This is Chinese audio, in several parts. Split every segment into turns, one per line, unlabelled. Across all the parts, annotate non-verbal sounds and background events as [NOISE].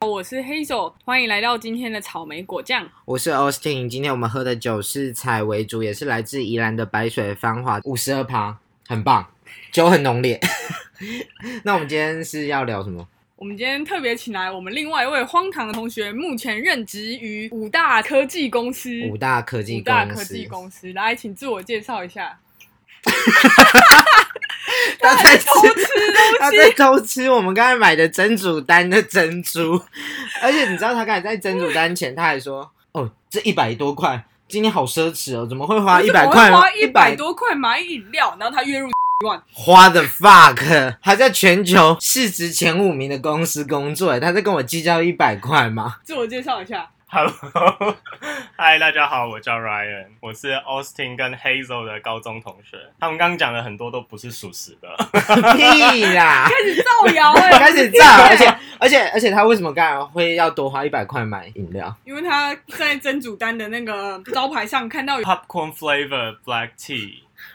我是 Hazel，欢迎来到今天的草莓果酱。
我是 Austin，今天我们喝的酒是采为主，也是来自宜兰的白水芳华，五十二趴，很棒，酒很浓烈。 [LAUGHS] 那我们今天是要聊什么？
我们今天特别请来我们另外一位荒唐的同学，目前任职于五大科技公司。
五大科技
五大
公
科
司
技，公司，来，请自我介绍一下。
[LAUGHS] 他在吃，他
西
在偷吃我们刚才买的珍珠丹的珍珠，而且你知道他刚才在珍珠丹前他还说：“哦，这一百多块，今天好奢侈哦，怎么会花
我
一
怎么
百
会
块？
花一百
100
多块买饮料，然后他月入
花的 fuck，还 [LAUGHS] 在全球市值前五名的公司工作，欸他在跟我计较一百块吗？ [LAUGHS]
自我介绍一下。
Hello，嗨，大家好，我叫 Ryan，我是 Austin 跟 Hazel 的高中同学。他们刚刚讲的很多都不是属实的，
屁啦！
开始造谣哎、
[LAUGHS] 开始炸了，而且而且而且他为什么刚才会要多花一百块买饮料？
因为他在真主丹的那个招牌上看到有
popcorn flavor black tea。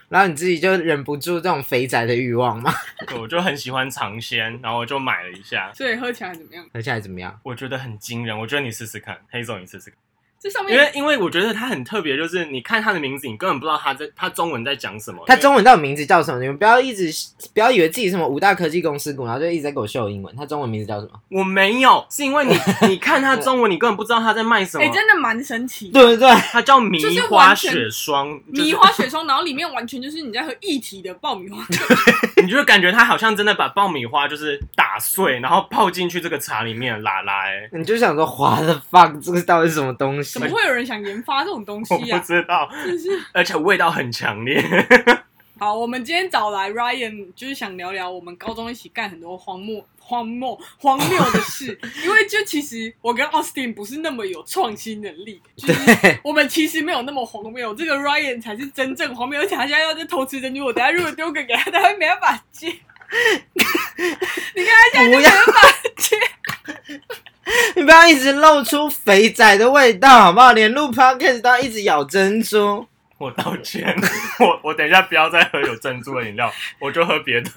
然后你自己就忍不住这种肥宅的欲望吗？
对我就很喜欢尝鲜，然后我就买了一下，
所以喝起来怎么样？
而且还怎么样？
我觉得很惊人。我觉得你试试看，Hazel 你试试看，
这上面
因为因为我觉得它很特别，就是你看它的名字，你根本不知道它在它中文在讲什么。
他中文到底名字叫什么？你们不要一直不要以为自己什么五大科技公司股，然后就一直在给我秀英文。他中文名字叫什么？ [LAUGHS]
我没有，是因为你你看它中文，你根本不知道它在卖什
[LAUGHS] 哎、
么。
真的蛮神奇的。
对不对？
它叫迷
就是
花
完全
雪霜，就是
米花雪松，然后里面完全就是你在喝一体的爆
[LAUGHS]
米花，
你就会感觉他好像真的把爆米花就是打碎，然后泡进去这个茶里面，啦啦哎、
你就想说，华的 fuck，这个到底是什么东西
怎？么会有人想研发这种东
[LAUGHS]
西
我
呀、
不
啊？
知道，
真是
而且味道很强烈。
好，我们今天找来 Ryan，就是想聊聊我们高中一起干很多荒漠、荒漠、荒谬的
[LAUGHS]
事。因为就其实我跟 Austin 不是那么有创新能力，就是我们其实没有那么荒谬。这个 Ryan 才是真正荒谬，而且他现在要在偷吃珍珠。我等下如果丢给给他，他没办法接。 [LAUGHS] 你看他现在就
不
没
要
办法接。
[LAUGHS] 你不要一直露出肥仔的味道，好不好？连录 podcast 都要一直咬珍珠。
我道歉，
[LAUGHS]
我我等一下不要再喝有珍珠的饮料，我就喝
[LAUGHS]
别的。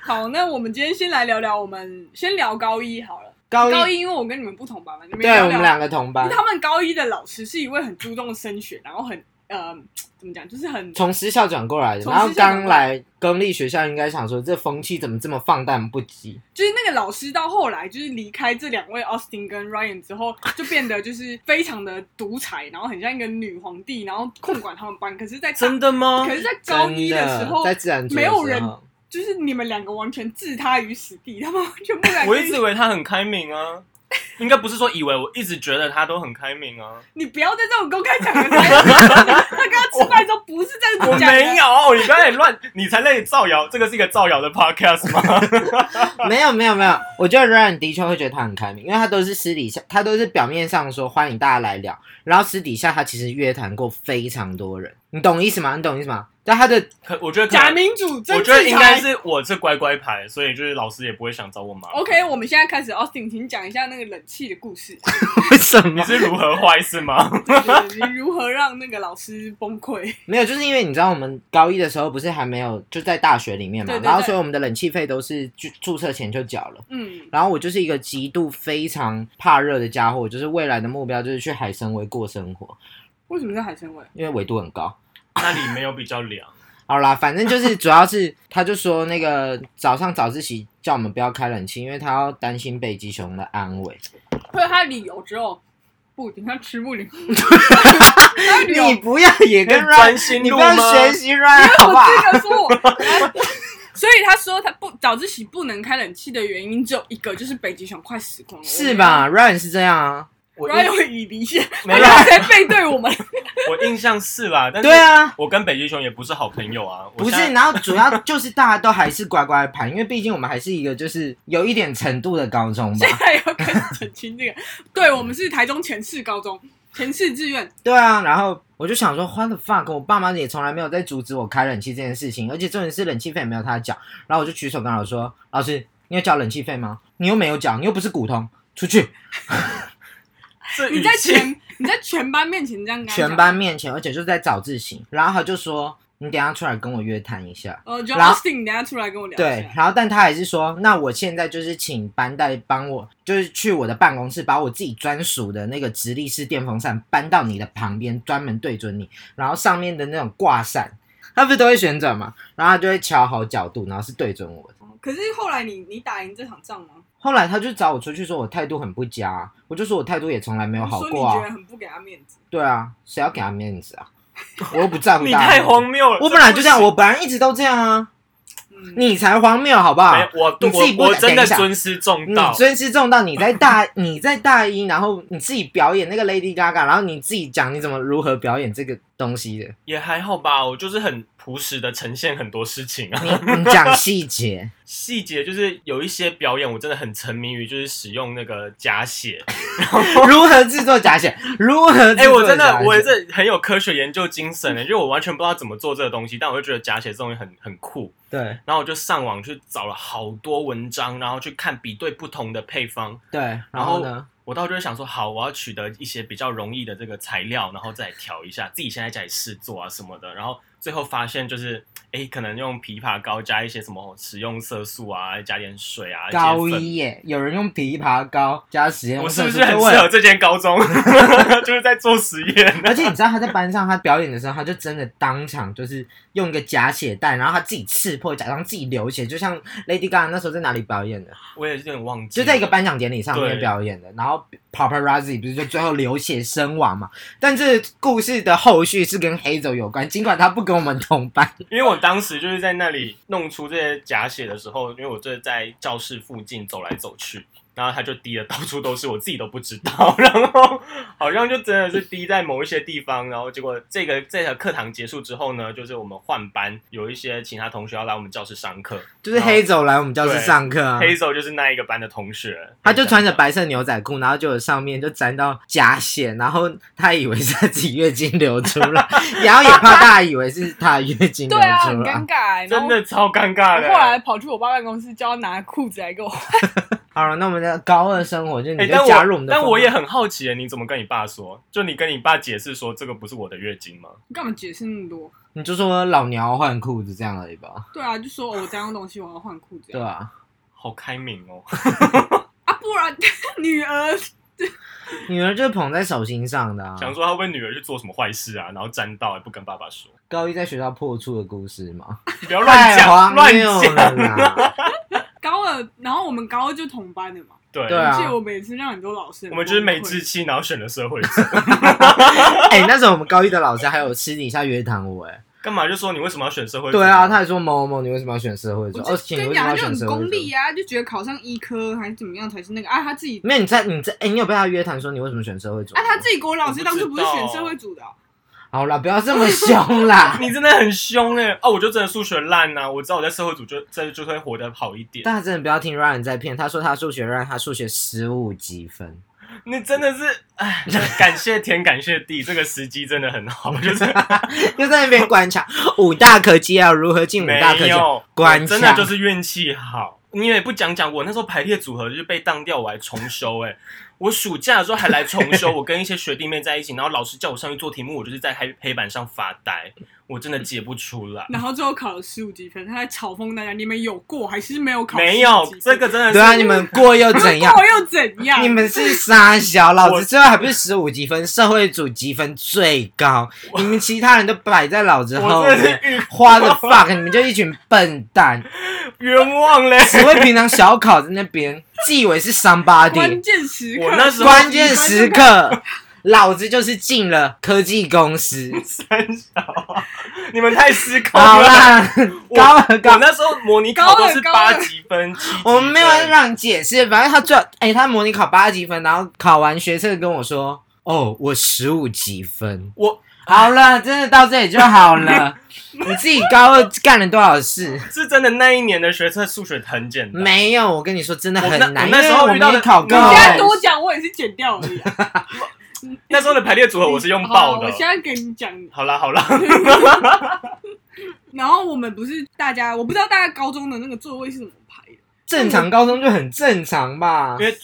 好，那我们今天先来聊聊我们先聊高一好了。
高一，
高一因为我跟你们不同班嘛，你们
对
聊
我们
聊
两个同
啊
班，
他们高一的老师是一位很注重升学，然后很呃怎么讲，就是很
从私校转过来的，
从
然后
私校转
刚
过来
来公立学校，应该想说这风气怎么这么放荡不羁？
就是那个老师到后来就是离开这两位 Austin 跟 Ryan 之后，就变得就是非常的独裁，然后很像一个女皇帝，然后控管他们班。可是在，
真的吗
可？是，在高一
真
时候，
在自然组的
没有
时
人
候
就是你们两个完全置他于死地，他们完全不敢
我
跟
一
你。
直以为他很开明啊，应该不是说以为，我一直觉得他都很开明啊。
你不要在这种公开场合讲，他刚刚吃饭的时候不是这样
我
子讲的。
没有，你不要在那里乱，你才在那里造谣，这个是一个造谣的 podcast 吗？ [LAUGHS]
没有没有没有，我觉得 Ryan 的确会觉得他很开明，因为他都是私底下，他都是表面上说欢迎大家来聊，然后私底下他其实约谈过非常多人，你懂意思吗？你懂意思吗？但他的
可我觉得可
假
能，
民主，真
我觉得
制
应
裁
该是我是乖乖牌，所以就是老师也不会想找我麻烦。
OK，我们现在开始，Austin，请讲一下那个冷气的故事，
为什 [LAUGHS]
你
么
是如何坏是吗？
就是你如何让那个老师崩溃？
没有？就是因为你知道我们高一的时候不是还没有就在大学里面嘛，
对对
然后
对
所以我们的冷气费都是注注册前就缴了。
嗯，
然后我就是一个极度非常怕热的家伙，我就是未来的目标就是去海参崴过生活，
为什么是海参崴？
因为纬度很高。
[LAUGHS] 那里没有比较凉，
好啦，反正就是主要是他就说那个早上早自习叫我们不要开冷气，因为他要担心北极熊的安危。
会有他的理由只有不顶，他吃不 [LAUGHS] 灵。他的理由
[LAUGHS] 你不要也跟
可以专
Ryan，
心
你
录
不要
吗？
学习 Ryan 好不
[LAUGHS]
好？
我这个说我，所以他说他不早自习不能开冷气的原因只有一个，就是北极熊快死光了，
是吧？Ryan 是这样啊，
我印
？Ryan 会以离线，
没
他
有
刚才背对我们，
我印象是啦，但是
对啊，
我跟北极熊也不是好朋友啊。我
不
现
是，
在
然后主要就是大家都还是乖乖盘， [LAUGHS] 因为毕竟我们还是一个就是有一点程度的高中吧
现。在要开始澄清这个。对我们是台中前四高中前四志愿，
对啊，然后我就想说，what the fuck，我爸妈也从来没有在阻止我开冷气这件事情，而且重点是冷气费也没有他缴。然后我就举手跟老师说：“老师，你有缴冷气费吗？你又没有缴，你又不是股东，出去！”
这
你
语
在
气
全你在全班面前这样跟他讲
全班面前，而且就在早自习。然后他就说：“你等一下出来跟我约谈一下。
呃，就
然后
Austin，你等一下出来跟我聊一
对
下，。
然后但他还是说，那我现在就是请班代帮我，就是去我的办公室，把我自己专属的那个直立式电风扇搬到你的旁边，专门对准你，然后上面的那种挂扇，它不是都会旋转嘛，然后它就会调好角度，然后是对准我的。
哦可是后来你你打赢这场仗吗？
后来他就找我出去说我态度很不佳啊、我就说我态度也从来没有好
说你
过
觉得
啊。
很不给他面子，
对啊，谁要给他面子啊？我又不在乎
[LAUGHS] 你
大家
太
的意见
荒谬了！
我本来就这样，我本来一直都这样啊，
嗯，
你才荒谬好不好
没？有我
你自己不
我我
敢
真
等
的
一下嗯
尊师重
你
道，
尊师重道，你在大 [LAUGHS] 你在大一，然后你自己表演那个 Lady Gaga，然后你自己讲你怎么如何表演这个东西
[LAUGHS]
的，
也还好吧。我就是很朴实的呈现很多事情啊，
你你讲细节，
[LAUGHS] 细节就是有一些表演，我真的很沉迷于就是使用那个假血。
如何制作假
[LAUGHS]
血，如何制
哎、
作
我真
假
的
血
我这很有科学研究精神欸的、因为我完全不知道怎么做这个东西，但我就觉得假血这东西很很酷，
对
然后我就上网去找了好多文章，然后去看比对不同的配方。
对，然后呢？
我到时候就会想说，好，我要取得一些比较容易的这个材料，然后再调一下，自己先在家里试做啊什么的。然后最后发现就是，哎、可能用枇杷膏加一些什么食用色素啊，加点水啊，
高
一些粉。
一耶，有人用枇杷膏加实验，
我是
就
不是很
为
适
了
合这间高中？ [LAUGHS] 就是在做实验。
[LAUGHS]
[LAUGHS]
而且你知道他在班上，他表演的时候，他就真的当场就是用一个假血袋，然后他自己刺破，假装自己流血，就像 Lady Gaga 那时候在哪里表演的，
我也是有点忘记
就
了，
在一个颁奖典礼上面
对
表演的。然后 Paparazzi 不是就最后流血身亡嘛？但这故事的后续是跟黑走有关，尽管他不跟我们同班。 [LAUGHS]
因为我当时就是在那里弄出这些假血的时候，因为我就是在教室附近走来走去，然后它就滴的到处都是，我自己都不知道，然后好像就真的是滴在某一些地方，然后结果这个这个课堂结束之后呢，就是我们换班，有一些其他同学要来我们教室上课，
就是黑走来我们教室上课啊，
哦黑手就是那一个班的同学，
他就穿着白色牛仔裤，然后就有上面就沾到假血，然后他以为是他自己月经流出
[LAUGHS]
来，然后也怕大家以为是他月经流
对
出来。
啊，很尴尬欸。然
真
后
的超尴尬
我
的。
后来跑去我爸办公室，叫他拿裤子来给我
好了，那我们的高二生活就
哎、
你
但
就
我
加入我们的疯
但
狂、
我也很好奇耶，你怎么跟你爸说？就你跟你爸解释说这个不是我的月经吗？
[LAUGHS] 干嘛解释那么多？
你就说老娘换裤子这样而已吧，
对啊，就说哦我这样东西我要换裤子
对
啊，
吧、
好开明哦。
啊不然 [LAUGHS] 女儿
女儿就是捧在手心上的、啊。
想说他会不会女儿去做什么坏事啊，然后沾到也不跟爸爸
[LAUGHS]
说，
高一在学校破处的故事嘛，
你不要乱
太
讲
荒
乱
谬
讲。
了啦！
高二，然后我们高二就同班的嘛。
对，
对啊
记得我们也是让很多老师很
我们就是没
崩溃
志气，然后选了社会组，
[LAUGHS] 哎、那时候我们高一的老师还有私底下约谈我、哎，
干嘛就说你为什么要选社会组？
对啊，他还说某某某，你为什么要选社会组？
我
哦，
就
你
跟
为
你
什么
讲，
要
就
选
很
社会
功利
组？
啊，就觉得考上医科还是怎么样才是那个啊，他自己
没有，你在你在，哎、你有被他约谈说你为什么选社会组？
啊，他自己国文老师当初不是
我不知道。
选社会组的哦、
好啦，不要这么凶啦 [LAUGHS]
你真的很凶哎、哦，我就真的数学烂呐、我知道我在社会组就这就会活得好一点。
大家真的不要听 Ryan 在骗，他说他数学让他数学十五积分。 [LAUGHS]
你真的是，哎，感谢天，感谢地，这个时机真的很好，就是
又在那边观察五大科技要如何进五
没
大科技，
有，
关
我真的
枪
就是运气好。你也不讲讲，我那时候排列组合就是被当掉，我还重修哎、我暑假的时候还来重修，我跟一些学弟妹在一起，然后老师叫我上去做题目，我就是在黑黑板上发呆，我真的解不出 [LAUGHS] 来。
然后最后考了十五积分，他在嘲讽大家：你们有过还是没有考15积分？
没有这个真的是
对啊，你们过又怎样
过？又怎样？
[LAUGHS] 你们是傻小，老
我
子最后还不是十五积分，社会组积分最高，你们其他人都摆在老子后
我真的
面
是。冤
花的 fuck，你们就一群笨 [LAUGHS] 蛋，
冤枉嘞！
只会平常小考在那边自以为是
关
somebody，
键时刻，
我那时候
关键时刻，老子就是进了科技公司。
三小啊，你们太失控
好
了。
啦，高了高
我那时候模拟考都是
高了
八
高了
级分，七级分
我们没有要让你解释，反正他最后，哎、他模拟考八级分，然后考完学测跟我说，哦，我十五级分，
我
好了，真的到这里就好了。你自己高二干了多少事？
是真的那一年的学测数学很简单，
没有，我跟你说，真的很难。
我那我那时候
因为我
遇到
们也
的
考
你
过
你
现
现在
在
多讲，我也是剪掉而已、
[LAUGHS]
啊。
那时候的排列组合我是用
好
爆
我
的。哦
现在给你讲。
好啦好啦，
然后我们不是大家，我不知道大家高中的那个座位是怎么排的，
正常高中就很正常吧
因，为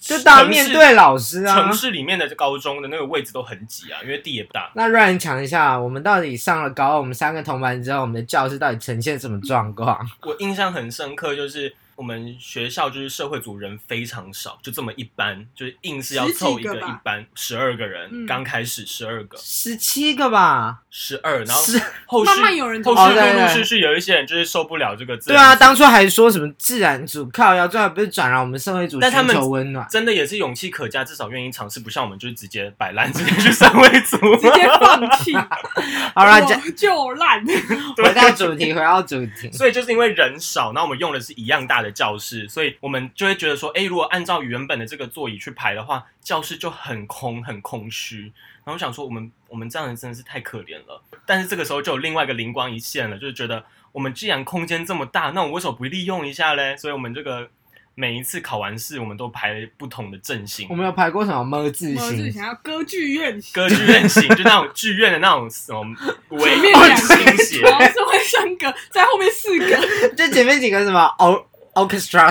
就大家
城
面
市
对老师啊
城。市里面的高中的那个位置都很挤啊，因为地也不大。
那让人讲一下，我们到底上了高二，我们三个同班之后，我们的教室到底呈现什么状况？
我印象很深刻，就是我们学校就是社会组人非常少，就这么一班，就是硬是要
十几
凑一
个
个
吧
一班，十二个人，
嗯
刚开始十二个，
十七个吧，
十二，然后
是，
后续
慢慢有人
后
投
哦
续
降
对
陆陆
对
续续有一些人就是受不了这个自
对
然
啊，
组
当初还说什么自然组靠腰，最后不是转让我们社会组
但他
寻
们
求温暖，
真的也是勇气可嘉，至少愿意尝试，不像我们就是直接摆烂，直接去社会组。
直接放弃，
[LAUGHS] 好
[LAUGHS]
了，讲
我就烂。
回到主题，回到主题。
[LAUGHS] 所以就是因为人少，那我们用的是一样大的教室，所以我们就会觉得说，哎，如果按照原本的这个座椅去排的话，教室就很空很空虚。然后我想说，我们我们这样人真的是太可怜了。但是这个时候就有另外一个灵光一现了，就是觉得我们既然空间这么大，那我为什么不利用一下嘞？所以我们这个每一次考完试，我们都排了不同的阵型
我。们有排过什么么字
我是
形？
想要歌剧院型，
歌剧院型，就那种剧院的那种什么围
前面两
倾斜，
然后是会三个，在后面四个，
就前面几个什么 o orchestra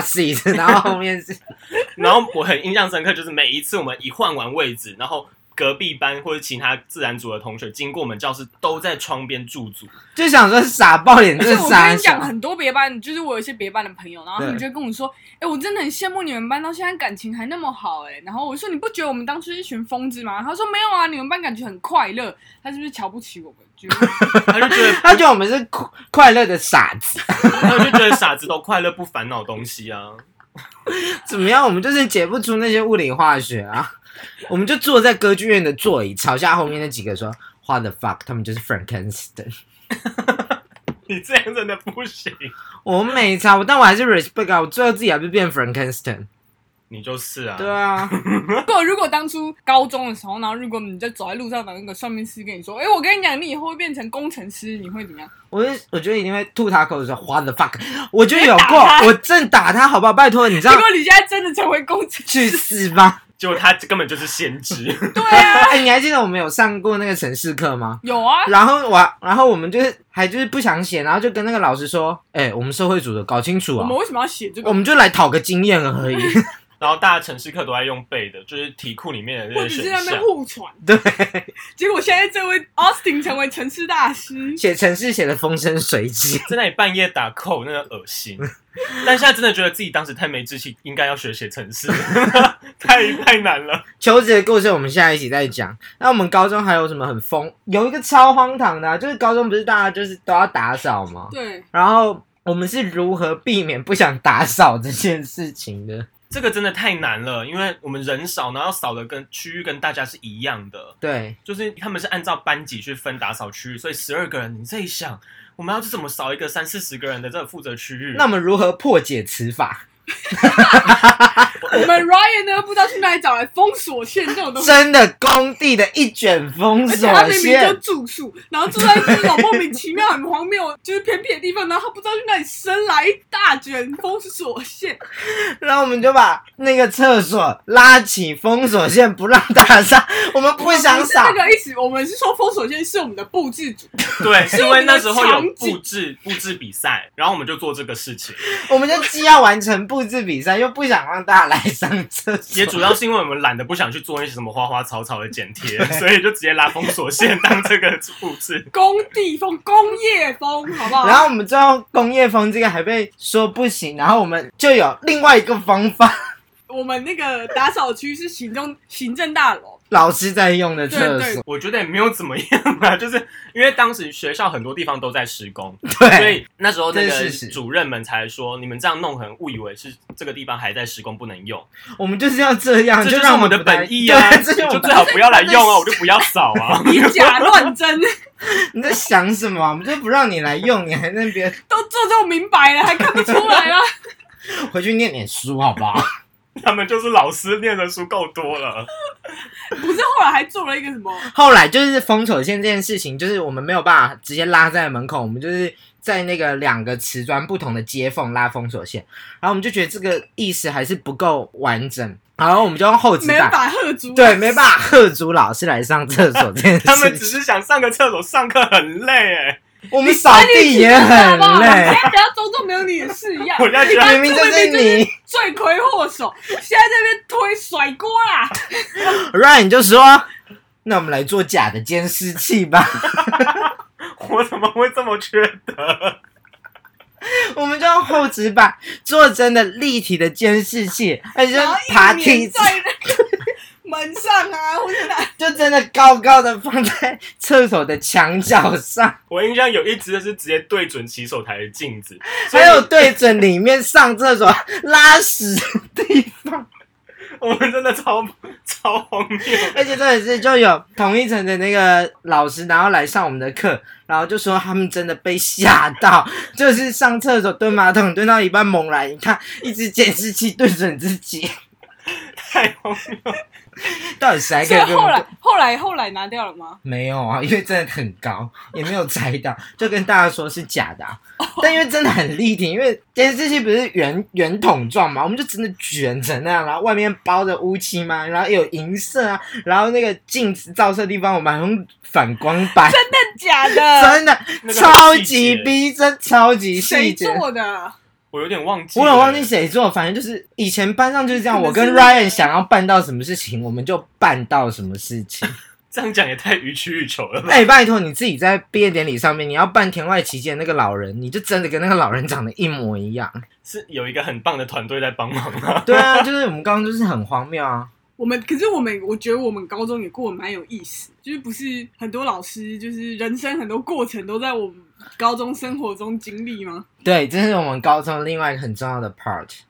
[LAUGHS]
seat，然后后面是
然后我很印象深刻，就是每一次我们一换完位置，然后隔壁班或者其他自然组的同学经过我们教室，都在窗边驻足。 [LAUGHS]
就想说傻爆脸，
[LAUGHS] 而
这
且我跟
傻
你讲，
小。
很多别班，就是我有一些别班的朋友，然后他们就会跟我说：“哎、我真的很羡慕你们班到现在感情还那么好。”哎，然后我说：“你不觉得我们当初是一群疯子吗？”他说：“没有啊，你们班感觉很快乐。”他是不是瞧不起我们？就
他就觉得，
他觉得我们是快快乐的傻子， [LAUGHS]
他就觉得傻子都快乐不烦恼东西啊。 [LAUGHS]
怎么样？我们就是解不出那些物理化学啊！我们就坐在歌剧院的座椅，嘲笑后面那几个说 “What the fuck”，他们就是 Frankenstein。
你这样真的不行，
我没差，我但我还是 respect 啊！我最后自己还不是变 Frankenstein？
你就是啊。
对啊，
如果如果当初高中的时候，然后如果你在走在路上，然后那个算命师跟你说：“哎、我跟你讲，你以后会变成工程师，你会怎么 [LAUGHS] 样
我就我觉得一定会吐他口水说 “What the fuck”，我就有
打
过，
他
我正打他，好不好？拜托，你？”知
结
道
果你现在真的成为工程
去死吧！
结果他根本就是先知， [LAUGHS]
对啊，
哎、你还记得我们有上过那个城市课吗？
有 [LAUGHS] 啊，
然后我，然后我们就是还就是不想写，然后就跟那个老师说，哎、我们社会组的搞清楚
我
啊
们，为什么要写这
我
个？
们就来讨个经验而已。 [LAUGHS]
然后大家城市课都在用背的，就是题库里面的
或者
这些
是
选
在那边
项。
互传，
对，
结果现在这位 Austin 成为城市大师，
写城市写的风生水起，
在那里半夜打扣，那个恶心。但现在真的觉得自己当时太没志气，应该要学写程式， [LAUGHS] 太太难了。
求职的故事我们下一集再讲。那我们高中还有什么很疯？有一个超荒唐的啊、就是高中不是大家就是都要打扫吗？
对，
然后我们是如何避免不想打扫这件事情的？
这个真的太难了，因为我们人少，然后扫的跟区域跟大家是一样的，
对，
就是他们是按照班级去分打扫区域，所以十二个人，你这一想，我们要是怎么扫一个三四十个人的这个负责区域？
那我们如何破解此法？
我们 Ryan 呢，不知道去哪里找来封锁线这种东西，
真的工地的一卷封
而
锁
且他明明就
线，
住宿，然后住在这种莫名其妙、很荒谬、就是偏僻的地方，然后他不知道去哪里生来一大卷封锁线，
然后我们就把那个厕所拉起封锁线，不让大家，我们不想
[LAUGHS]
扫
那。个意思，我们是说封锁线是我们的布置组，
[LAUGHS] 对，是因为那时候
所
有
以我们的场景
布置布置比赛，然后我们就做这个事情，
我们就既要完成布置比赛，又不想让大家来上厕所
也。主要是因为我们懒得不想去做那些什么花花草草的剪贴， [LAUGHS] 所以就直接拉封锁线当这个布置。
工地风、工业风，好不好？
然后我们最后工业风这个还被说不行，然后我们就有另外一个方法， [LAUGHS]
我们那个打扫区是行政行政大楼，
老师在用的厕
对
所。
我觉得也没有怎么样啊， [LAUGHS] 就是因为当时学校很多地方都在施工，所
对，
以那时候那
这
个
是事实
主任们才说，你们这样弄，可能误以为是这个地方还在施工不能用，
我们就是要这样，
这就是
让
我们的
不来
本意啊，
对
[LAUGHS] 你
这
就是
我们
最好不要来用啊，我就不要扫啊。
以假乱真，
[LAUGHS] 你在想什么？我们就不让你来用，你还在那边
都做这么明白了，还看不出来啊吗？
回去念点书好不好？
[LAUGHS] 他们就是老师念的书够多
[LAUGHS]
了，
不是后来还做了一个什么？
后来就是封锁线这件事情，就是我们没有办法直接拉在门口，我们就是在那个两个瓷砖不同的接缝拉封锁线，然后我们就觉得这个意思还是不够完整，然后我们就用厚纸
没
板，
法喝足，
对，没办法喝足老师来上厕所这件事情。 [LAUGHS]
他们只是想上个厕所，上课很累哎、
我们扫
[LAUGHS]
地也很
好不好你
累
[LAUGHS] 现，在不要装作没有你的事一样
我。现在觉得
明明就是你
罪魁祸首，现在在那边推甩锅啦！
，Ryan 就说：“那我们来做假的监视器吧。” [LAUGHS]
我怎么会这么缺德？ [LAUGHS]
我们就用厚纸板做真的立体的监视器，而且
[LAUGHS]
就
然后
爬
一
梯
年
子，
在那个门上啊，或者哪
就真的高高的放在厕所的墙角 [LAUGHS] 上，
我印象有一只是直接对准洗手台的镜子，所以
还有对准里面上厕所拉屎的地方，
我们真的超超荒谬。
[LAUGHS] 而且真的是就有同一层的那个老师，然后来上我们的课，然后就说他们真的被吓到， [LAUGHS] 就是上厕所蹲马桶蹲到一半，猛然一看，一只监视器对准自己，
太荒谬！
到底谁还可
所以
以给我
后
们
来后来后来拿掉了吗？
没有啊，因 [LAUGHS] 为真的很高，也没有摘到，就跟大家说是假的、啊。但因为真的很立体，因为监视器不是圆圆筒状嘛，我们就真的卷成那样，然后外面包着乌漆嘛，然后有银色啊，然后那个镜子照射地方，我们还用反光板，
真的假的？
真的
那个
超
细
级
节
逼真，超级细
谁
节。
做的？
我有点忘记，
我有忘记。谁做，反正就是以前班上就是这样。我跟
真的是
Ryan 想要办到什么事情，我们就办到什么事情。
这样讲也太予取予求了吧？
哎、拜托你自己在毕业典礼上面，你要办田外期间那个老人，你就真的跟那个老人长得一模一样。
是有一个很棒的团队在帮忙吗？
对啊，就是我们刚刚就是很荒谬啊。
我们可是我们，我觉得我们高中也过得蛮有意思，就是不是很多老师，就是人生很多过程都在我们高中生活中经历吗？
[LAUGHS] 对，这是我们高中另外一个很重要的 part。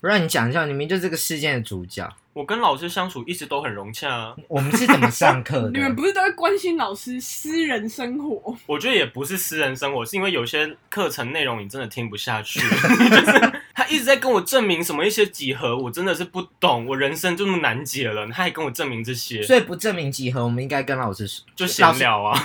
不然你讲一下，你明明就是这个事件的主角，
[LAUGHS] 我跟老师相处一直都很融洽啊，
我们是怎么上
[LAUGHS]
课
你
的？
们不是都会关心老师私人生活？
我觉得也不是私人生活，是因为有些课程内容你真的听不下 [LAUGHS] 去，就是他一直在跟我证明什么一些几何，我真的是不懂，我人生这么难解了，他还跟我证明这
[LAUGHS]
些，
所以不证明集合，我们应该跟老师说，
就闲聊啊。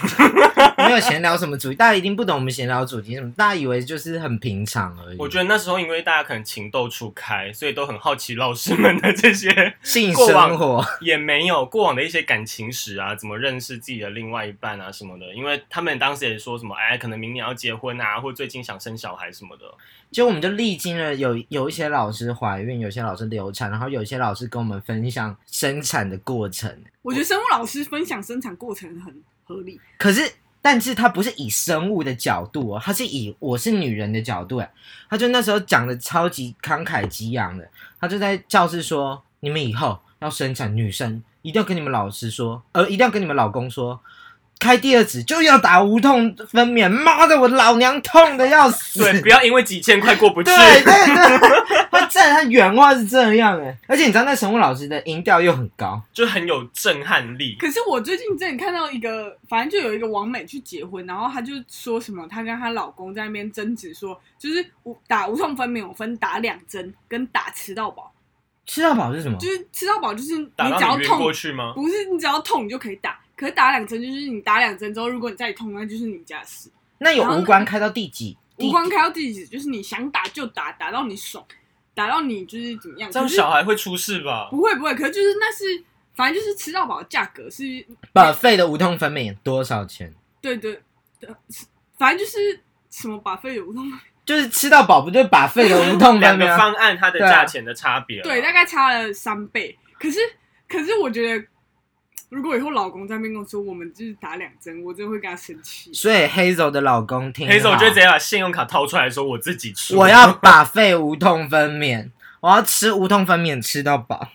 没有闲聊什么主题，大家一定不懂我们闲聊主题什么，大家以为就是很平常而已。
我觉得那时候因为大家可能情窦初开，所以都很好奇老师们的这些
性
过往
生活，
也没有过往的一些感情史啊，怎么认识自己的另外一半啊什么的，因为他们当时也说什么，哎，可能明年要结婚啊，或最近想生小孩什么的。
[LAUGHS] 就我们就历经了有有一些老师怀孕，有些老师流产，然后有些老师跟我们分享生产的过程。
我觉得生物老师分享生产过程很合理，
可是，但是他不是以生物的角度哦，他是以我是女人的角度，哎，他就那时候讲的超级慷慨激昂的，他就在教室说：你们以后要生产女生，一定要跟你们老师说，呃，一定要跟你们老公说。开第二指就要打无痛分娩，妈的，我老娘痛的要死！
对，不要因为几千块过不去。
对对对，
[LAUGHS]
他真的他原话是这样哎，而且你知道那神物老师的音调又很高，
就很有震撼力。
可是我最近真的看到一个，反正就有一个王美去结婚，然后她就说什么，她跟她老公在那边争执说，就是无打无痛分娩有分打两针跟打吃到饱，
吃到饱是什么？
就是吃到饱就是你
打
只要
到你晕
痛
过去吗？
不是你只要痛你就可以打，可是打两针就是你打两针之后，如果你再痛，那就是你家的事。
那有无关开到第几？
无
第
关开到第几，就是你想打就打，打到你爽，打到你就是怎么样。
这样
可是
小孩会出事吧？
不会不会，可是就是那是反正就是吃到饱的价格是，
把费的无痛分娩多少钱？
对对对，反正就是什么把费有无痛，
就是吃到饱不就是把费的无痛
两
分
个
娩？
方案它的
对啊
价钱的差别。
对，大概差了三倍。可是可是我觉得，如果以后老公在那边跟我说我们就是打两针，我真的会跟他生气。
所以 Hazel 的老公听好
黑手就直接把信用卡掏出来说我自己出，
我要把费无痛分娩，我要吃无痛分娩吃到饱。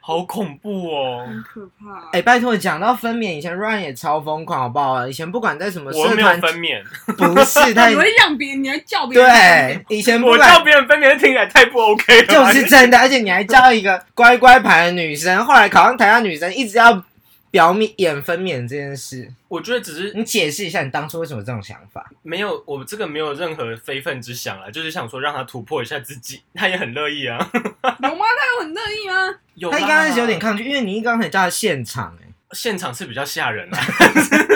好恐怖
很
哦！
可怕，
哎、拜托，讲到分娩，以前 Ryan 也超疯狂，好不好？以前不管在什么
我又
社
没有
团，
分娩，
不是他
你会让别人，你会叫别人分
对
辨，
以 [LAUGHS] 前不
我
管
叫别人分娩听起来太不 OK [LAUGHS] 了
就
吧。
是真的，而且你还叫一个乖乖牌的女生，后来考上台大女生，一直要表面演分娩这件事，
我觉得只是
你解释一下你当初为什么有这种想法？
没有，我这个没有任何非分之想啊，就是想说让他突破一下自己，他也很乐意啊。
有吗？他有很乐意吗？
有
他一
啦
刚开始有点抗拒，因为你一刚开始叫他现场、欸，
现场是比较吓人啊，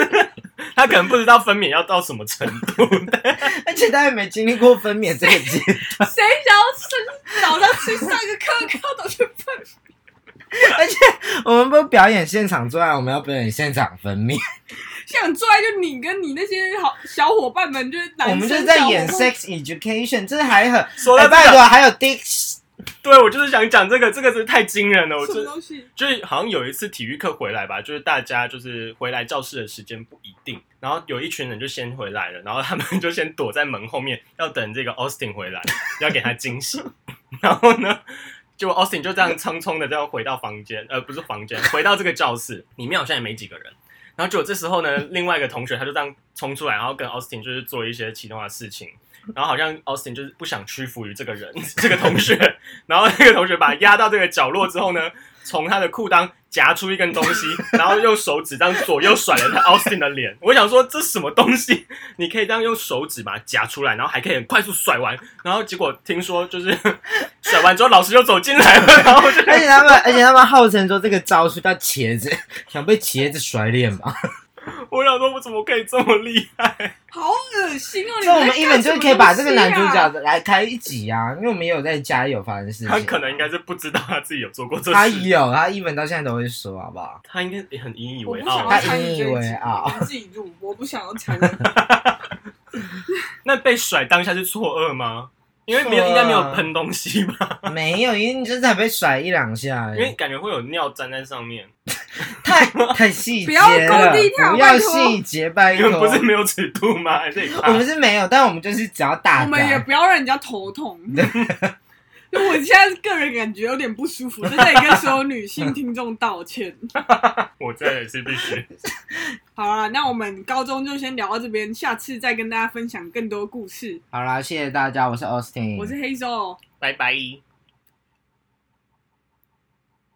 [LAUGHS] 他可能不知道分娩要到什么程度，
[LAUGHS] 哎而且他也没经历过分娩这个阶段，
谁想要生早上去上个课，靠早去碰？
我们不是表演现场之外，我们要表演现场分娩，
现想出来就你跟你那些好小伙伴们，就是男
我
生
们就是在演
小伙伴
sex education，这还很
说
哎
到
拜
这
托，
个，
还有 dick，
对我就是想讲这个，这个真的太惊人了，我
什么
真
东西？
就是好像有一次体育课回来吧，就是大家就是回来教室的时间不一定，然后有一群人就先回来了，然后他们就先躲在门后面，要等这个 Austin 回来，要给他惊喜。 [LAUGHS] 然后呢，就 Austin 就这样匆匆的这样回到房间，呃，不是房间，回到这个教室里面好像也没几个人。然后结果这时候呢，另外一个同学他就这样冲出来，然后跟 Austin 就是做一些其他的事情。然后好像 Austin 就是不想屈服于这个人， [LAUGHS] 这个同学，然后那个同学把他压到这个角落之后呢，从他的裤裆夹出一根东西， [LAUGHS] 然后用手指这样左右甩了他 Austin 的脸。我想说这什么东西？你可以这样用手指把它夹出来，然后还可以很快速甩完。然后结果听说就是 [LAUGHS] 甩完之后老师就走进来了， [LAUGHS] 然后我就
而且他们，而且他们号称说这个招数叫茄子， [LAUGHS] 想被茄子甩脸吧？
我想说我怎么可以这么厉害？
好恶心 [LAUGHS] 哦！你
所以我
在
们
干
一本就是
什么
可以把这个
东西
男
啊
主角的来开一集啊，因为我们也有在家里有发生事情。
他可能应该是不知道他自己有做过这
他
事，
有，他一本到现在都会说，好不
[LAUGHS]
好？
他应该也很引以
我
为啊
不
傲
想
吧。
要
他
参与
引以
这一
为
集
傲
你们自己入，我不想要参与。
那被甩当下是错愕吗？因为没有，
错愕
应该没有喷东西吧？
没有，因为你就是才被甩一两下而
因
已，
为感觉会有尿粘在上面。 [LAUGHS]
太太细节
不要
了
勾地，条
不要
拜托
细节，拜
你们
托
不。是没有尺度吗？还是
我们是没有，但我们就是只要 [LAUGHS] 大
我们也
胆。
不要让人家头
[LAUGHS]
痛。就我现在个人感觉有点不舒服，在这里跟所有女性听众道歉。 [LAUGHS]
我这也是必须。
好啦，那我们高中就先聊到这边，下次再跟大家分享更多故事。
好啦，谢谢大家，我是 Austin，
我是黑手。
拜拜。